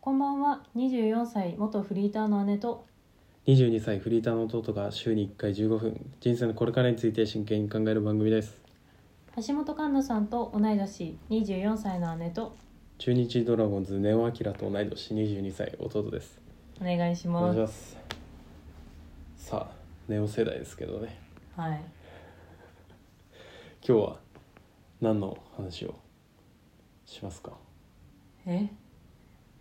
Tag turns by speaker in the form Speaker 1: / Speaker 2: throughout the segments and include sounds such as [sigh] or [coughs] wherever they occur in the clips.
Speaker 1: こんばんは24歳元フリーターの姉と
Speaker 2: 22歳フリーターの弟が週に1回15分人生のこれからについて真剣に考える番組です
Speaker 1: 橋本環奈さんと同い年24歳の姉と
Speaker 2: 中日ドラゴンズネオアキラと同い年22歳弟です
Speaker 1: お願いし
Speaker 2: お願
Speaker 1: ま
Speaker 2: いし
Speaker 1: す
Speaker 2: ますさあネオ世代ですけどね
Speaker 1: はい
Speaker 2: 今日は何の話をしますか
Speaker 1: え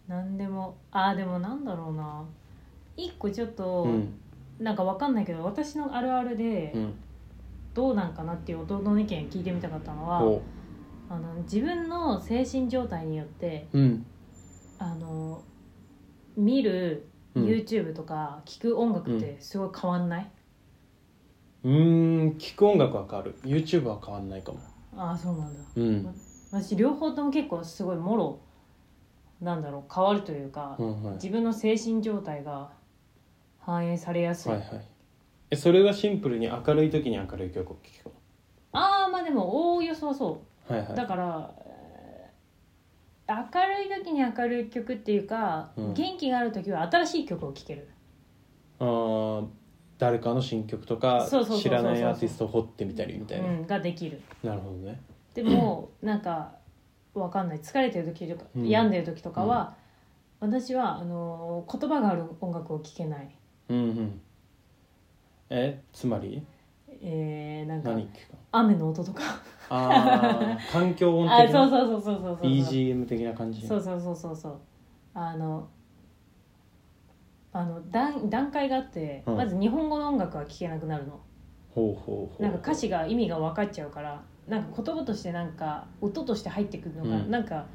Speaker 1: なんでもあーでもなんだろうな一個ちょっと、
Speaker 2: うん
Speaker 1: なんかわかんないけど私のあるあるで
Speaker 2: うん
Speaker 1: どうなんかなっていう弟の意見聞いてみたかったのは、
Speaker 2: ほ
Speaker 1: あの自分の精神状態によって
Speaker 2: ううん
Speaker 1: あの見る
Speaker 2: うん
Speaker 1: YouTube とか聞く音楽ってすごい変わんない、
Speaker 2: うーん聞く音楽は変わる YouTube は変わんないかも
Speaker 1: ああそうなんだ
Speaker 2: うん
Speaker 1: 私両方とも結構すごいもろなんだろう変わるというか、
Speaker 2: うんはい
Speaker 1: 自分の精神状態が反映されやすい、
Speaker 2: はいはいえそれがシンプルに明るい時に明るい曲を聴く
Speaker 1: ああまあでもおおよそはそ
Speaker 2: のはいうは
Speaker 1: だ
Speaker 2: い
Speaker 1: から、えー明るい時に明るい曲っていうか、
Speaker 2: うん
Speaker 1: 元気がある時は新しい曲を聴ける
Speaker 2: あー誰かの新曲とか
Speaker 1: そうそうそうそうそう
Speaker 2: 知らないアーティストを掘ってみたりみたいな、
Speaker 1: うん、ができる
Speaker 2: なるほどね
Speaker 1: で
Speaker 2: [clears throat]
Speaker 1: もなんかわかんない疲れてる時とか、
Speaker 2: うん
Speaker 1: 病んでる時とかは、私はあのー言葉がある音楽を聴けない、
Speaker 2: うんうんえつまり
Speaker 1: えー、なんか
Speaker 2: 何聴くの
Speaker 1: 雨の音とか
Speaker 2: あ
Speaker 1: [laughs]
Speaker 2: ー環境音
Speaker 1: あ
Speaker 2: 的
Speaker 1: そう
Speaker 2: な
Speaker 1: そうそうそうそうそう
Speaker 2: BGM 的な感じ
Speaker 1: そうそうそうそうそうあのあの段段階があって、
Speaker 2: うん
Speaker 1: まず日本語の音楽は聴けなくなるの
Speaker 2: ほうほうほう
Speaker 1: なんか歌詞が意味が分かっちゃうからなんか言葉としてなんか音として入ってくるのが、
Speaker 2: うん
Speaker 1: なんか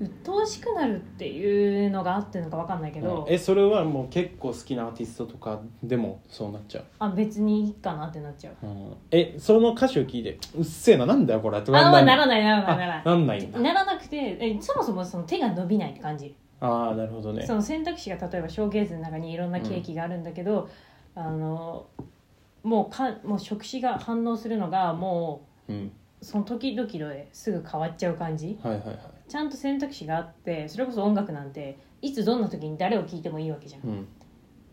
Speaker 1: 鬱陶しくなるっていうのがあってるのか分かんないけど、
Speaker 2: うんえそれはもう結構好きなアーティストとかでもそうなっちゃう
Speaker 1: あ別にいいかなってなっちゃう
Speaker 2: うんえその歌詞を聞いて「うっせえななんだよこれ」っ
Speaker 1: あ
Speaker 2: て
Speaker 1: まあな
Speaker 2: な
Speaker 1: ら
Speaker 2: い
Speaker 1: ないならな
Speaker 2: あ
Speaker 1: いならない
Speaker 2: なんないんだ
Speaker 1: ならなくてえそもそもその手が伸びないって感じ
Speaker 2: ああなるほどね
Speaker 1: その選択肢が例えばショーケースの中にいろんなケーキがあるんだけど、あのもうかもう食指が反応するのがも
Speaker 2: うん
Speaker 1: うその時々ですぐ変わっちゃう感じ
Speaker 2: はいはいはい
Speaker 1: ちゃんと選択肢があってそれこそ音楽なんていつどんな時に誰を聴いてもいいわけじゃん。
Speaker 2: うん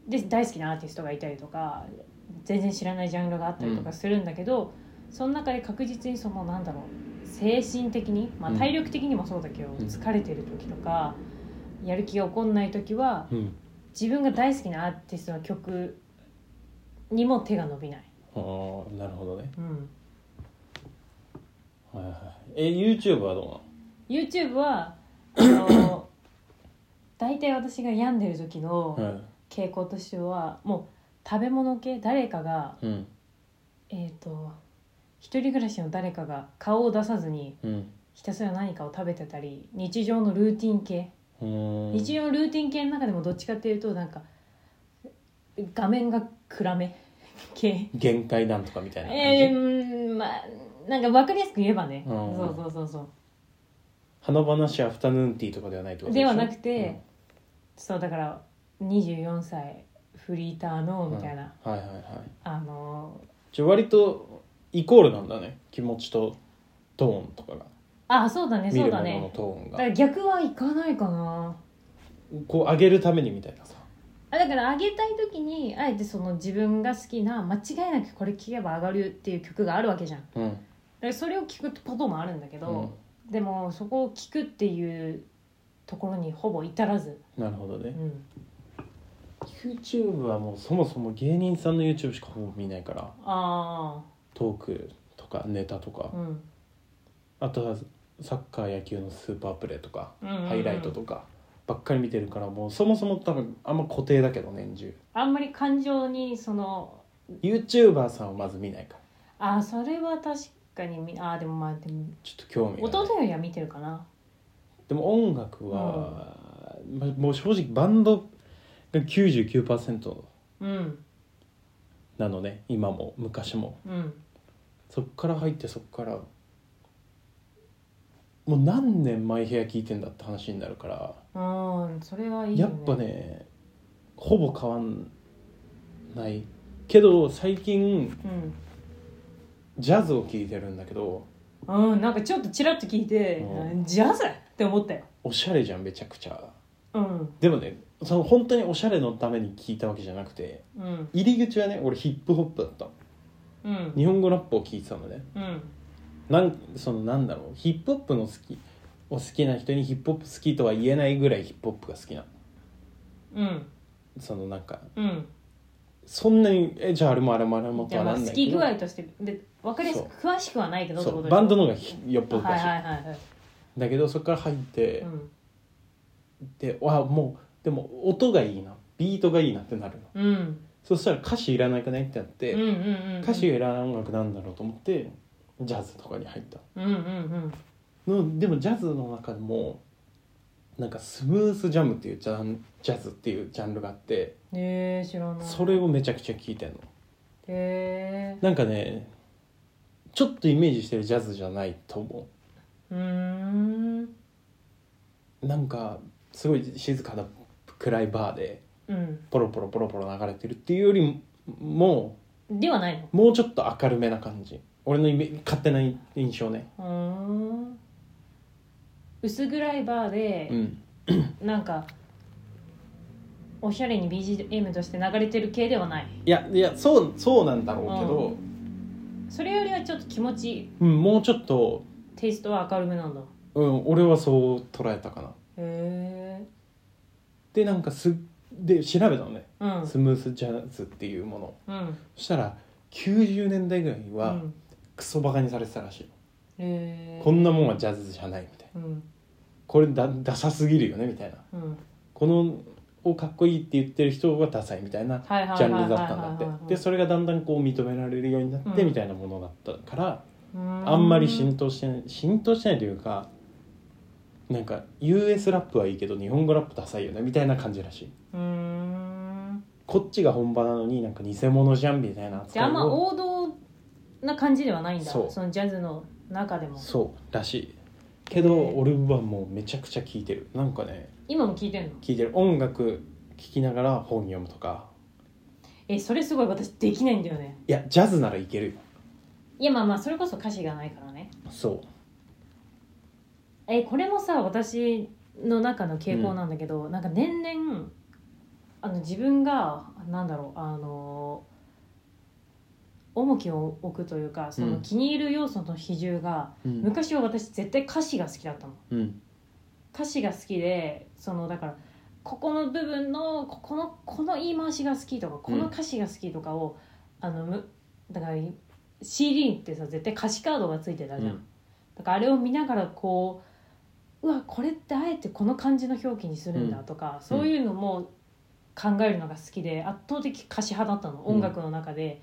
Speaker 1: で大好きなアーティストがいたりとか全然知らないジャンルがあったりとかするんだけど、その中で確実にそのなんだろう精神的に、まあ、
Speaker 2: うん
Speaker 1: 体力的にもそうだけど、
Speaker 2: うん
Speaker 1: 疲れてる時とかやる気が起こんない時は
Speaker 2: うん
Speaker 1: 自分が大好きなアーティストの曲にも手が伸びない、
Speaker 2: ああなるほどね
Speaker 1: うん、
Speaker 2: はいはいはいえ YouTube はどうなの
Speaker 1: YouTube はあ
Speaker 2: [coughs]
Speaker 1: の大体私が病んでる時の
Speaker 2: は
Speaker 1: 傾向としてはもう食べ物系誰かが
Speaker 2: いうん
Speaker 1: えっ、と一人暮らしの誰かが顔を出さずに
Speaker 2: うん
Speaker 1: ひたすら何かを食べてたり日常のルーティン系、
Speaker 2: うーん
Speaker 1: 日常のルーティン系の中でもどっちかっていうとなんか画面が暗め系
Speaker 2: 限界なんとかみたいな感じ、
Speaker 1: えーうーん、まあなんか分かりやすく言えばね、
Speaker 2: うん
Speaker 1: そうそうそうそ
Speaker 2: 花々しいアフタヌーンティーとかではないってこ
Speaker 1: う
Speaker 2: とし
Speaker 1: で
Speaker 2: ょ
Speaker 1: はなくて、そうだから24歳フリーター
Speaker 2: う
Speaker 1: の
Speaker 2: ん
Speaker 1: みたいな、
Speaker 2: うんはいはいはい
Speaker 1: あのー
Speaker 2: じゃあ割とイコールなんだね気持ちとトーンとかが
Speaker 1: あそうだね
Speaker 2: 見
Speaker 1: そう
Speaker 2: るも
Speaker 1: だ
Speaker 2: のの
Speaker 1: ね
Speaker 2: トー
Speaker 1: だ
Speaker 2: ンが
Speaker 1: から逆はいかないかな
Speaker 2: こう上げるためにみたいなさ
Speaker 1: あだから上げたい時にあえてその自分が好きな間違いなくこれ聴けば上がるっていう曲があるわけじゃんだ
Speaker 2: うん
Speaker 1: からそれを聴くこともあるんだけど、でもそこを聴くっていうところにほぼ至らず、
Speaker 2: なるほど
Speaker 1: う
Speaker 2: ね
Speaker 1: ん、
Speaker 2: YouTube はもうそもそも芸人さんの YouTube しかほぼ見ないから
Speaker 1: あ
Speaker 2: トークとかネタとか
Speaker 1: あうん
Speaker 2: あとはサッカー野球のスーパープレーとか
Speaker 1: うんうんうん
Speaker 2: ハイライトとかばっかり見てるからもうそもそも多分あんま固定だけど年中
Speaker 1: あんまり感情にその
Speaker 2: YouTuber さんをまず見ないから
Speaker 1: あそれは確かにみあでもまあでも
Speaker 2: ちょっと興味がない
Speaker 1: 弟よりは見てるかな
Speaker 2: でも音楽は、まもう正直バンドが99%
Speaker 1: うん
Speaker 2: なのね今も昔も
Speaker 1: うん
Speaker 2: そっから入ってそっからもう何年マイヘア聴いてんだって話になるから
Speaker 1: うんそれはいい
Speaker 2: や
Speaker 1: よ、ね、
Speaker 2: っぱねほぼ変わんないけど最近ジャズを聴いてるんだけど
Speaker 1: うん、うん、なんかちょっとちらっと聞いて、
Speaker 2: う
Speaker 1: ジャズって思ったよ
Speaker 2: おしゃれじゃんめちゃくちゃ
Speaker 1: うん
Speaker 2: でもねその本当におしゃれのために聞いたわけじゃなくて
Speaker 1: うん
Speaker 2: 入り口はね俺ヒップホップだったの
Speaker 1: うん
Speaker 2: 日本語ラップを聞いてたのね
Speaker 1: うん
Speaker 2: なんそのなんだろうヒップホップの好きを好きな人にヒップホップ好きとは言えないぐらいヒップホップが好きな
Speaker 1: うん
Speaker 2: そのなんか
Speaker 1: うん
Speaker 2: そんなにえじゃああれもあれもあれも
Speaker 1: じゃあまあ好
Speaker 2: ない
Speaker 1: き具合としてで分かりやすく詳しくはないけどって
Speaker 2: そ
Speaker 1: ことで
Speaker 2: う
Speaker 1: しょ
Speaker 2: バンドの方がひよっぽど詳しい、
Speaker 1: はいはいはいはい
Speaker 2: だけどそこから入って、
Speaker 1: うん
Speaker 2: でわあもうでも音がいいなビートがいいなってなるの
Speaker 1: うん
Speaker 2: そしたら歌詞いらないくないってなっ
Speaker 1: う
Speaker 2: て、
Speaker 1: んうんうん
Speaker 2: 歌詞がいらない音楽なんだろうと思ってジャズとかに入った
Speaker 1: うんうん
Speaker 2: のでもジャズの中でもなんかスムースジャムっていうジャンジャズっていうジャンルがあって
Speaker 1: うんへえ知らない
Speaker 2: それをめちゃくちゃ聴いてんの
Speaker 1: へえ
Speaker 2: なんかねちょっとイメージしてるジャズじゃないと思
Speaker 1: うーん
Speaker 2: うなんかすごい静かな暗いバーで
Speaker 1: うん
Speaker 2: ポロポロポロポロ流れてるっていうよりも
Speaker 1: ではないの
Speaker 2: もうちょっと明るめな感じ俺のイメ勝手な印象ね
Speaker 1: うーん薄暗いバーで
Speaker 2: うん
Speaker 1: なんかおしゃれに BGM として流れてる系ではない
Speaker 2: いやいやそうそうなんだろうけど、
Speaker 1: それよりはちょっと気持ち
Speaker 2: うん、もうちょっと、
Speaker 1: テイストは明るめなんだ
Speaker 2: うん、俺はそう捉えたかな
Speaker 1: へえ
Speaker 2: でなんかすで調べたのね、
Speaker 1: うん
Speaker 2: スムースジャズっていうもの
Speaker 1: うん
Speaker 2: そしたら90年代ぐらいうは
Speaker 1: ん
Speaker 2: クソバカにされてたらしいの、
Speaker 1: へえ
Speaker 2: こんなもんはジャズじゃないみたいな
Speaker 1: うん
Speaker 2: これだダサすぎるよねみたいな
Speaker 1: うん
Speaker 2: このをかっこいいって言ってる人がダサいみたいなジ
Speaker 1: はいはいはい
Speaker 2: ャンルだったんだ
Speaker 1: はいはいはい
Speaker 2: っ
Speaker 1: はい
Speaker 2: てでそれがだんだんこう認められるようになって
Speaker 1: うん
Speaker 2: みたいなものだったから、
Speaker 1: うーん
Speaker 2: あんまり浸透してない浸透してないというかなんか US ラップはいいけど日本語ラップダサいよねみたいな感じらしいう
Speaker 1: ーん
Speaker 2: こっちが本場なのになんか偽物じゃんみたいな
Speaker 1: じゃああんま
Speaker 2: を
Speaker 1: 王道な感じではないんだ
Speaker 2: そう
Speaker 1: そのジャズの中でも
Speaker 2: そうらしいけど俺はもうめちゃくちゃ聴いてるなんかね
Speaker 1: 今も聞いてんの
Speaker 2: 聴いてる音楽聴きながら本読むとか
Speaker 1: えそれすごい私できないんだよね
Speaker 2: いやジャズならいけるよ
Speaker 1: いやまあまあそれこそ歌詞がないからね
Speaker 2: そう
Speaker 1: えこれもさ私の中の傾向なんだけど、なんか年々あの自分がなんだろうあの重きを置くというかその
Speaker 2: うん
Speaker 1: 気に入る要素の比重が、
Speaker 2: うん
Speaker 1: 昔は私絶対歌詞が好きだったの
Speaker 2: うん
Speaker 1: 歌詞が好きでそのだからここの部分のここのこの言い回しが好きとかこの歌詞が好きとかを、あのむだから CD ってさ絶対歌詞カードがついてたじゃん、
Speaker 2: うん
Speaker 1: だからあれを見ながらこううわこれってあえてこの漢字の表記にするんだとか、そういうのも考えるのが好きで圧倒的歌詞派だったの
Speaker 2: うん
Speaker 1: 音楽の中で、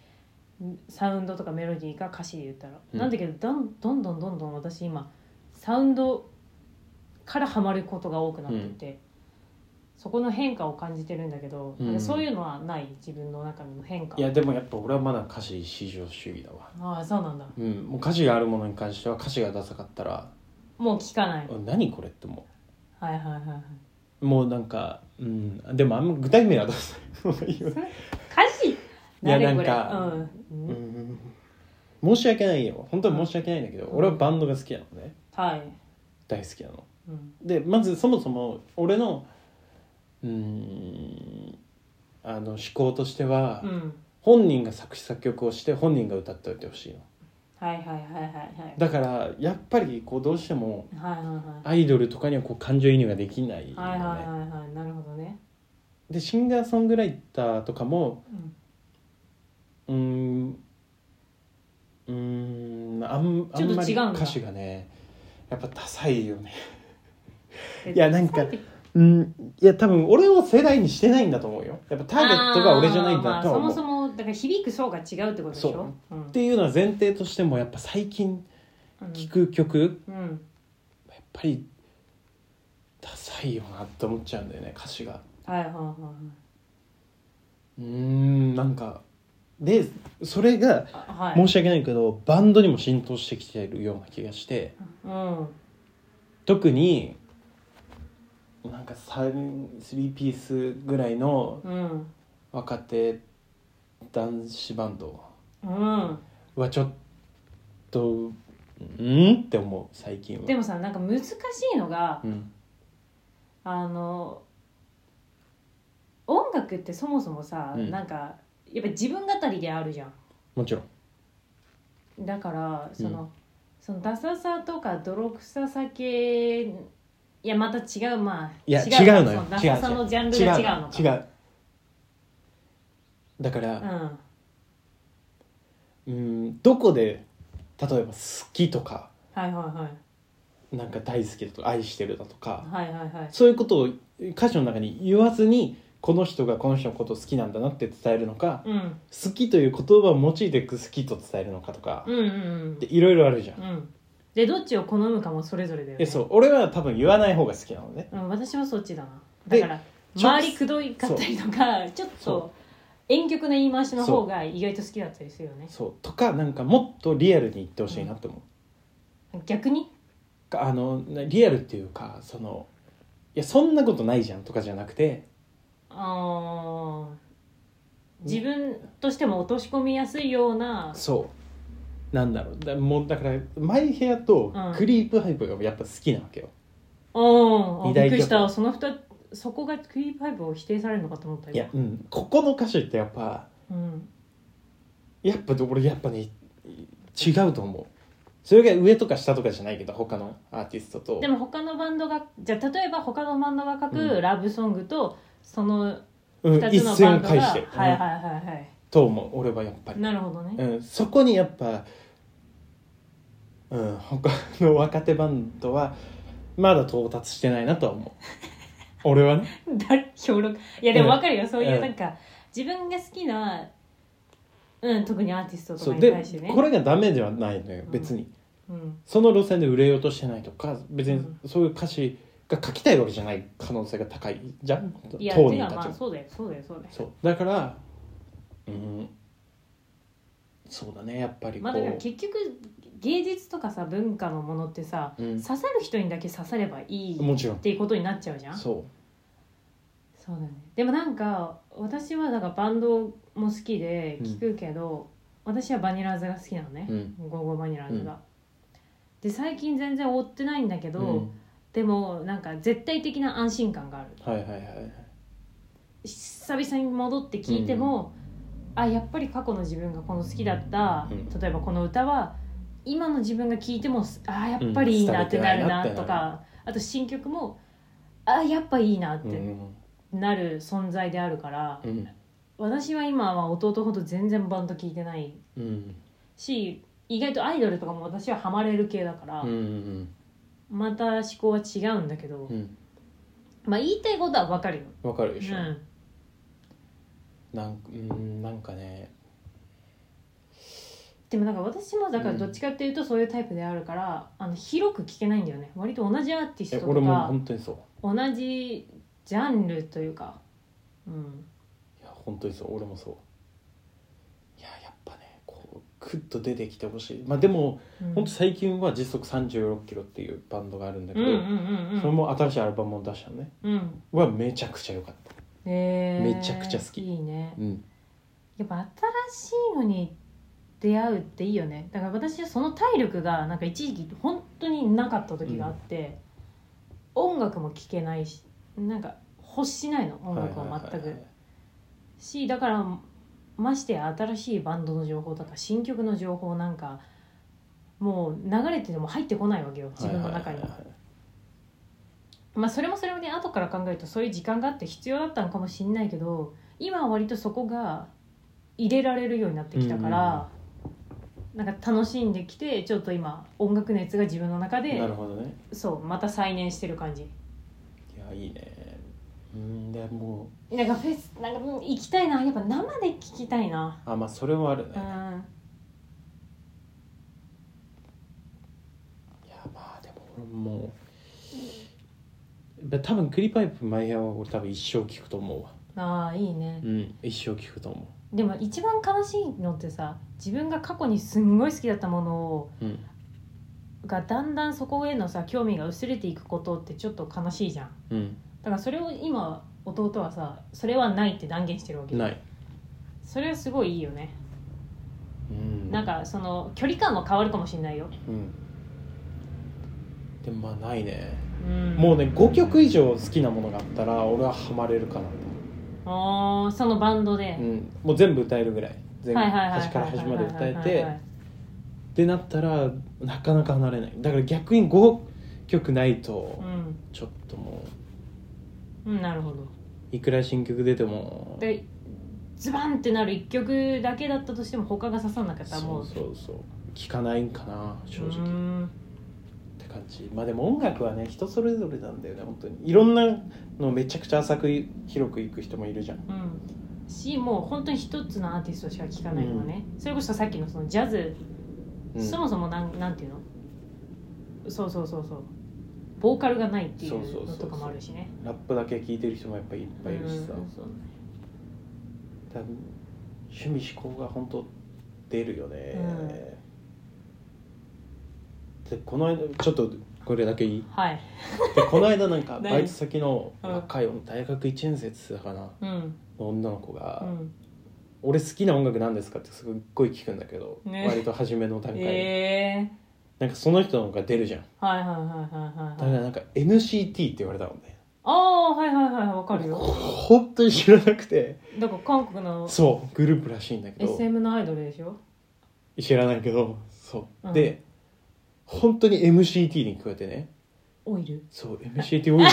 Speaker 1: サウンドとかメロディーが歌詞で言ったら、
Speaker 2: うん
Speaker 1: なんだけどどんどんどんどんどん私今サウンドからハマることが多くなっていて、そこの変化を感じてるんだけど、
Speaker 2: うん
Speaker 1: そういうのはない自分の中の変化
Speaker 2: いやでもやっぱ俺はまだ歌詞至上主義だわ
Speaker 1: ああそうなんだ
Speaker 2: うんもう歌詞があるものに関しては歌詞がダサかったら
Speaker 1: もう聞かない、
Speaker 2: うん何これって思
Speaker 1: はいはいはいはいう
Speaker 2: もうなんかうんでもあんま具体名は出さない方がいいよね
Speaker 1: 歌詞
Speaker 2: いや
Speaker 1: 何これ
Speaker 2: なんか
Speaker 1: うん
Speaker 2: うん申し訳ないよ本当に申し訳ないんだけど、
Speaker 1: うん
Speaker 2: 俺はバンドが好きなのね
Speaker 1: はい、
Speaker 2: 大好きなの
Speaker 1: うん、
Speaker 2: でまずそもそも俺のうんあの思考としては、
Speaker 1: うん、
Speaker 2: 本人が作詞作曲をして本人が歌っておいてほしいの
Speaker 1: はいはいはいはいはい
Speaker 2: だからやっぱりこうどうしても
Speaker 1: はいはいはい
Speaker 2: アイドルとかにはこう感情移入ができないよね、
Speaker 1: はいはいはいはいなるほどね、
Speaker 2: でシンガーソングライターとかも
Speaker 1: うん、
Speaker 2: うーんうーんあんあ
Speaker 1: ちょっと
Speaker 2: んまり
Speaker 1: 違うんだ
Speaker 2: 歌詞がねやっぱダサいよね
Speaker 1: え
Speaker 2: いやなんか
Speaker 1: さっき
Speaker 2: うんいや多分俺を世代にしてないんだと思うよやっぱターゲットが俺じゃないんだ
Speaker 1: あー
Speaker 2: と
Speaker 1: まあ
Speaker 2: は
Speaker 1: そ
Speaker 2: 思う、
Speaker 1: もそもだから響く層が違うってことでし
Speaker 2: そ
Speaker 1: ょう
Speaker 2: っ
Speaker 1: ん
Speaker 2: ていうのは前提としてもやっぱ最近聴く曲、
Speaker 1: うんうん
Speaker 2: やっぱりダサいよなって思っちゃうんだよね歌詞が
Speaker 1: はいはいはいはいう
Speaker 2: ーんなんかでそれが
Speaker 1: あはい
Speaker 2: 申し訳ないけど、バンドにも浸透してきてるような気がして
Speaker 1: うん
Speaker 2: 特になんか3 3ピースぐらいの
Speaker 1: うん
Speaker 2: 若手男子バンド
Speaker 1: うん
Speaker 2: はちょっとうんって思う最近は
Speaker 1: でもさなんか難しいのが
Speaker 2: うん
Speaker 1: あのクってそもそもさ、
Speaker 2: うん
Speaker 1: なんかやっぱ自分語りであるじゃん
Speaker 2: もちろん
Speaker 1: だからその,、そのダサさとか泥臭さ系いやまた違うまあ
Speaker 2: いや
Speaker 1: か
Speaker 2: 違うのよ
Speaker 1: そダサさのジャンルが違うのか
Speaker 2: 違うだから、
Speaker 1: うん
Speaker 2: うんどこで例えば好きとか
Speaker 1: はいはいはい
Speaker 2: なんか大好きだとか愛してるだとか
Speaker 1: はいはいはい
Speaker 2: そういうことを歌詞の中に言わずにこの人がこの人のことを好きなんだなって伝えるのか
Speaker 1: うん
Speaker 2: 好きという言葉を用いて好きと伝えるのかとか
Speaker 1: うんうん
Speaker 2: でいろいろあるじゃん、
Speaker 1: うんうんでどっちを好むかもそれぞれだよね
Speaker 2: えそう俺は多分言わない方が好きなのね
Speaker 1: うん、私はそっちだなだ
Speaker 2: で
Speaker 1: から
Speaker 2: 直
Speaker 1: 周りくどいかったりとかちょっ
Speaker 2: そ
Speaker 1: と婉曲な言い回しの
Speaker 2: そ
Speaker 1: 方が意外と好きだったりするよね
Speaker 2: そうとかなんかもっとリアルに言ってほしいなって思う、
Speaker 1: 逆に
Speaker 2: かあのリアルっていうかそのいやそんなことないじゃんとかじゃなくて
Speaker 1: あー自分としても落とし込みやすいような
Speaker 2: そうなんだろうだもうだからマイヘアと
Speaker 1: うん
Speaker 2: クリープハイプがやっぱ好きなわけよ、
Speaker 1: うんあび
Speaker 2: 二大
Speaker 1: っくりし
Speaker 2: 巨
Speaker 1: た
Speaker 2: 頭
Speaker 1: その二そこがクリーパイプを否定されるのかと思ったよ
Speaker 2: いや、うん、ここの歌詞ってやっぱ
Speaker 1: うん、
Speaker 2: やっぱ俺やっぱね違うと思うそれが上とか下とかじゃないけど他のアーティストと
Speaker 1: でも他のバンドがじゃあ例えば他のバンドが書
Speaker 2: う
Speaker 1: く
Speaker 2: ん
Speaker 1: ラブソングとその
Speaker 2: うん
Speaker 1: 2
Speaker 2: 一
Speaker 1: つの
Speaker 2: 線
Speaker 1: バ
Speaker 2: を
Speaker 1: ンドが、
Speaker 2: 返してる、
Speaker 1: はいはい
Speaker 2: うん
Speaker 1: はいはい、
Speaker 2: と思う俺はやっぱり、
Speaker 1: なるほどね、
Speaker 2: うん、そこにやっぱ、うん、他の若手バンドはまだ到達してないなとは思う
Speaker 1: [laughs]
Speaker 2: 俺はね
Speaker 1: だ評論いやでも
Speaker 2: うん
Speaker 1: 分かるよ、そういううんなんか自分が好きな、うん、特にアーティストと
Speaker 2: そ
Speaker 1: か
Speaker 2: う
Speaker 1: に
Speaker 2: で
Speaker 1: 対してね
Speaker 2: これがダメではないのよ別に、
Speaker 1: うん
Speaker 2: その路線で売れようとしてないとか別に
Speaker 1: う
Speaker 2: そういう歌詞が書きたいわけじゃない可能性が高いじゃん当
Speaker 1: いや
Speaker 2: 人
Speaker 1: て
Speaker 2: た
Speaker 1: か
Speaker 2: ち
Speaker 1: まあ
Speaker 2: も
Speaker 1: そうだよそうだよそうだよ
Speaker 2: そうだからうんそうだねやっぱりこ
Speaker 1: まあ
Speaker 2: う、
Speaker 1: だから結局芸術とかさ文化のものってさ
Speaker 2: うん
Speaker 1: 刺さる人にだけ刺さればいいっ
Speaker 2: もちろん
Speaker 1: ていうことになっちゃうじゃんそう
Speaker 2: そ
Speaker 1: だねでもなんか私はだからバンドも好きで
Speaker 2: うん
Speaker 1: 聴くけど、私はバニラーズが好きなのね、
Speaker 2: ううん
Speaker 1: ゴーゴーバニラーズが、で最近全然追ってないんだけど、
Speaker 2: うん
Speaker 1: でもなんか絶対的な安心感がある
Speaker 2: はいはいはい
Speaker 1: 久々に戻って聞いても、あやっぱり過去の自分がこの好きだった、
Speaker 2: うん
Speaker 1: 例えばこの歌は今の自分が聞いてもあやっぱりいいなってなるなとか、あと新曲もあやっぱいいなっ
Speaker 2: うんう
Speaker 1: て
Speaker 2: ん
Speaker 1: なる存在であるから、
Speaker 2: うん
Speaker 1: 私は今は弟ほど全然バンド聞いてない
Speaker 2: うん
Speaker 1: し意外とアイドルとかも私はハマれる系だから、
Speaker 2: うんうん
Speaker 1: また思考は違うんだけど、
Speaker 2: うん
Speaker 1: まあ言いたいことは分かるよ。
Speaker 2: わかる
Speaker 1: う
Speaker 2: でしょ、
Speaker 1: ん
Speaker 2: なんうんなんかね
Speaker 1: でもなんか私もだからどっちかっていうとそういうタイプであるから、あの広く聞けないんだよね割と同じアーティス
Speaker 2: え
Speaker 1: ト
Speaker 2: 俺
Speaker 1: と
Speaker 2: も
Speaker 1: か
Speaker 2: 本当にそう
Speaker 1: 同じジャンルというか、うん、
Speaker 2: いや本当にそう俺もそういややっぱねこうクッと出てきてほしいまあでも、
Speaker 1: うん
Speaker 2: 本当最近は時速36キロっていうバンドがあるんだけ
Speaker 1: うん
Speaker 2: ど、
Speaker 1: うん
Speaker 2: それも新しいアルバムを出したのね
Speaker 1: うんうんうん
Speaker 2: はめちゃくちゃ良かった
Speaker 1: えー
Speaker 2: めちゃくちゃ好き
Speaker 1: いいね
Speaker 2: うん
Speaker 1: やっぱ新しいのに出会うっていいよねだから私はその体力がなんか一時期本当になかった時があって、音楽も聴けないしなんか欲しないの音楽は全く、しだからましてや新しいバンドの情報とか新曲の情報なんかもう流れてても入ってこないわけよ自分の中に
Speaker 2: はいはいはいはい
Speaker 1: まあそれもそれもね後から考えるとそういう時間があって必要だったのかもしんないけど今は割とそこが入れられるようになってきたから、なんか楽しんできてちょっと今音楽熱が自分の中で
Speaker 2: なるほどね
Speaker 1: そうまた再燃してる感じ
Speaker 2: いやいいねうんでも
Speaker 1: なんかフェスなんかもう行きたいなやっぱ生で聞きたいな
Speaker 2: うあまあそれはあるね、
Speaker 1: う
Speaker 2: い
Speaker 1: ん
Speaker 2: やまあでも俺もう多分クリパイプマイヤーは俺多分一生聞くと思うわ
Speaker 1: ああいいね、
Speaker 2: うん一生聞くと思
Speaker 1: でも一番悲しいのってさ自分が過去にすんごい好きだったものを
Speaker 2: ううん
Speaker 1: がだんだんそこへのさ興味が薄れていくことってちょっと悲しいじゃん
Speaker 2: うん
Speaker 1: だからそれを今弟はさそれはないって断言してるわけ
Speaker 2: ない、
Speaker 1: それはすごいいいよね、
Speaker 2: うん
Speaker 1: なんかその距離感は変わるかもしれないよ、
Speaker 2: うんでもまあないね
Speaker 1: うん、
Speaker 2: もうね5曲以上好きなものがあったら俺はハマれるかなと
Speaker 1: ああそのバンドで
Speaker 2: う、ん、もう全部歌えるぐらい全部
Speaker 1: はいはいはいはい
Speaker 2: 端から端まで歌
Speaker 1: は
Speaker 2: え
Speaker 1: いはい
Speaker 2: て
Speaker 1: はい
Speaker 2: ってなったらなかなか離れないだから逆に5曲ないと
Speaker 1: うん
Speaker 2: ちょっとも
Speaker 1: うんなるほど
Speaker 2: ういくら新曲出ても
Speaker 1: でズバンってなる一曲だけだったとしても他が刺さんなかった
Speaker 2: そ
Speaker 1: らも
Speaker 2: う
Speaker 1: う
Speaker 2: そうそう聴かないんかな正
Speaker 1: う
Speaker 2: 直っ
Speaker 1: ん
Speaker 2: て感じまあでも音楽はね人それぞれなんだよね本当にいろんなのめちゃくちゃ浅くい広くいく人もいるじゃん
Speaker 1: うんしもう本当に一つのアーティストしか聴かないのね、それこそさっきのそのジャズ、
Speaker 2: うん
Speaker 1: そもそもなんなんていうのそうそうそうそうボーカルがないってい
Speaker 2: そうそううそう
Speaker 1: の
Speaker 2: そう
Speaker 1: とかもあるしね
Speaker 2: ラップだけ聴いてる人もやっぱりいっぱいいるし
Speaker 1: う
Speaker 2: さ、
Speaker 1: んそう
Speaker 2: 多分趣味嗜好が本当出るよね、
Speaker 1: うん
Speaker 2: でこの間ちょっとこれだけいい
Speaker 1: はい
Speaker 2: でこの間なんか
Speaker 1: 何
Speaker 2: バイト先の
Speaker 1: うん
Speaker 2: 若い女大学1年生って言ってたかな
Speaker 1: うん
Speaker 2: の女の子が、
Speaker 1: うん
Speaker 2: 俺好きな音楽なんですか?」ってすっごい聞くんだけど、
Speaker 1: ね
Speaker 2: 割と初めの段階で、
Speaker 1: え
Speaker 2: なんかその人の方が出るじゃん
Speaker 1: ー、はいはいはい
Speaker 2: だ
Speaker 1: はい
Speaker 2: か
Speaker 1: はい
Speaker 2: らなんか NCT って言われたもんね
Speaker 1: ああはいはいはいわかるよ
Speaker 2: 本当に知らなくて
Speaker 1: だから韓国の
Speaker 2: そうグループらしいんだけど
Speaker 1: SM のアイドルでしょ
Speaker 2: 知らないけどそう、
Speaker 1: うん
Speaker 2: で本当に MCT に聞こえてね
Speaker 1: オイル
Speaker 2: そう MCT
Speaker 1: [laughs]
Speaker 2: 多い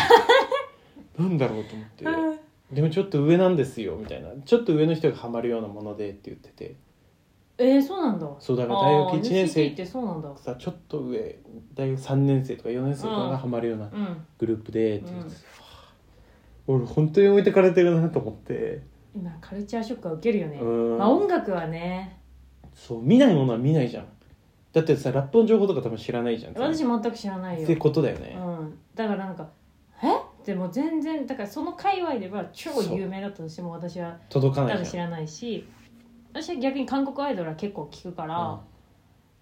Speaker 2: なんだろうと思ってでもちょっと上なんですよみたいなちょっと上の人がハマるようなものでって言ってて
Speaker 1: えー、そうなんだ
Speaker 2: そうだから大学1年
Speaker 1: あー NCT っ
Speaker 2: 生
Speaker 1: てそうなんだ
Speaker 2: さちょっと上大学3年生とか4年生とかがハマるような
Speaker 1: うん
Speaker 2: グループでって言ってて、俺本当に置いてかれてるなと思って
Speaker 1: 今カルチャーショックは受けるよね
Speaker 2: うん
Speaker 1: まあ音楽はね
Speaker 2: そう見ないものは見ないじゃんだってさラップの情報とか多分知らないじゃん
Speaker 1: 私全く知らない
Speaker 2: っ
Speaker 1: よ
Speaker 2: て、ことだよ
Speaker 1: う
Speaker 2: ね、
Speaker 1: ん、だからなんか「えでも全然だからその界隈では超有名だったとしても私は
Speaker 2: 届か
Speaker 1: 多
Speaker 2: ない
Speaker 1: 分
Speaker 2: じ
Speaker 1: 知
Speaker 2: ゃん
Speaker 1: らないし私は逆に韓国アイドルは結構聞くから、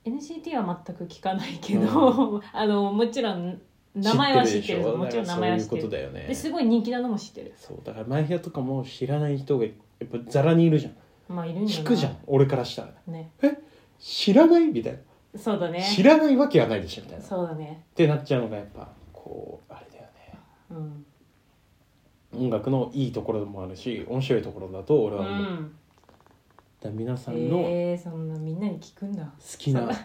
Speaker 1: NCT は全く聞かないけど、 [laughs] あのもちろん
Speaker 2: うん
Speaker 1: 名前は知っ
Speaker 2: で
Speaker 1: て
Speaker 2: し
Speaker 1: る
Speaker 2: ょ
Speaker 1: もちろん名前は知ってる
Speaker 2: だからそういうことだよね
Speaker 1: ですごい人気なのも知ってる
Speaker 2: そうだからマイヘアとかも知らない人がやっぱザラにいるじゃん
Speaker 1: まあいるんだな
Speaker 2: 引くじゃん俺からしたら
Speaker 1: ね
Speaker 2: 知らないみたいな、
Speaker 1: そうだね
Speaker 2: 知らないわけはないでしょみたいなっ
Speaker 1: そうだね
Speaker 2: てなっちゃうのがやっぱこうあれだよね
Speaker 1: うん、
Speaker 2: 音楽のいいところもあるし面白いところだと俺
Speaker 1: う
Speaker 2: は思う、だか
Speaker 1: ん、
Speaker 2: ら皆さんの好
Speaker 1: えー、そんなみんなに聞くんだ
Speaker 2: きな、
Speaker 1: そう初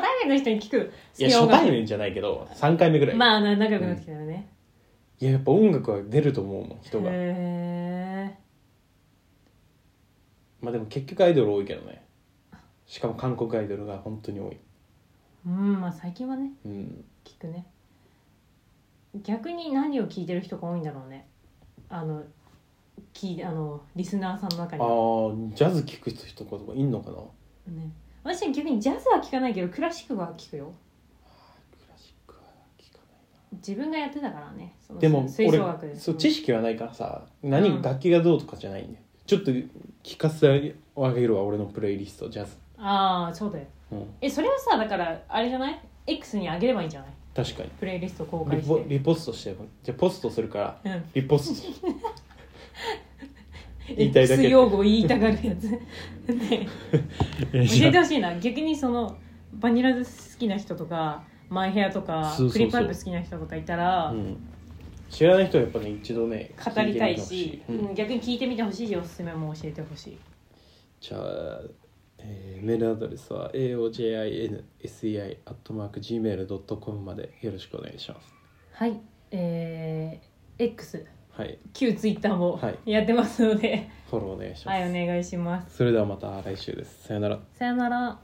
Speaker 1: 対面の人に聞く
Speaker 2: いや初対面じゃないけど3回目ぐらい、
Speaker 1: まあな仲良くなってきたよね、
Speaker 2: いややっぱ音楽は出ると思うもん人が
Speaker 1: へ
Speaker 2: まあでも結局アイドル多いけどねしかも韓国アイドルが本当に多い
Speaker 1: ーうんまあ最近はね
Speaker 2: うん
Speaker 1: 聞くね逆に何を聞いてる人が多いんだろうねあのきあのリスナーさんの中
Speaker 2: あ
Speaker 1: には
Speaker 2: ージャズ聴く人とかいんのかな
Speaker 1: ね私は逆にジャズは聞かないけどクラシックは聞くよ
Speaker 2: クラシックは聞かない
Speaker 1: 自分がやってたからねその
Speaker 2: でも
Speaker 1: 吹奏楽
Speaker 2: 俺
Speaker 1: で
Speaker 2: そう知識はないからさ何、
Speaker 1: うん
Speaker 2: 楽器がどうとかじゃないんだよちょっと聞かせてあげるわ俺のプレイリストジャズ、
Speaker 1: ああそうだよ
Speaker 2: うん、
Speaker 1: えそれはさだからあれじゃない X にあげればいいんじゃない
Speaker 2: 確かに
Speaker 1: プレイリスト公
Speaker 2: リ
Speaker 1: 開し
Speaker 2: ポ
Speaker 1: て
Speaker 2: リポストしてじゃあポストするから
Speaker 1: うん
Speaker 2: リポスト言いたいだけ
Speaker 1: X 用語を言いたがるやつ [laughs] ね
Speaker 2: いや
Speaker 1: [laughs] 教えてほしいな逆にそのバニラズ好きな人とかマイヘアとか
Speaker 2: そうそうそう
Speaker 1: クリップアップ好きな人とかいたら、
Speaker 2: うん、知らない人はやっぱね一度ね
Speaker 1: 語りたいし
Speaker 2: 聞てみてほしいうん
Speaker 1: うん逆に聞いてみてほしいしおすすめも教えてほしい
Speaker 2: じゃあ、えーメールアドレスは aojinsei.gmail.com までよろしくお願いします。
Speaker 1: はいえー、X
Speaker 2: はい、
Speaker 1: 旧ツイッターも
Speaker 2: はい
Speaker 1: やってますので、
Speaker 2: フォローお願いします。
Speaker 1: はい、お願いします
Speaker 2: それではまた来週です。さよなら。
Speaker 1: さよなら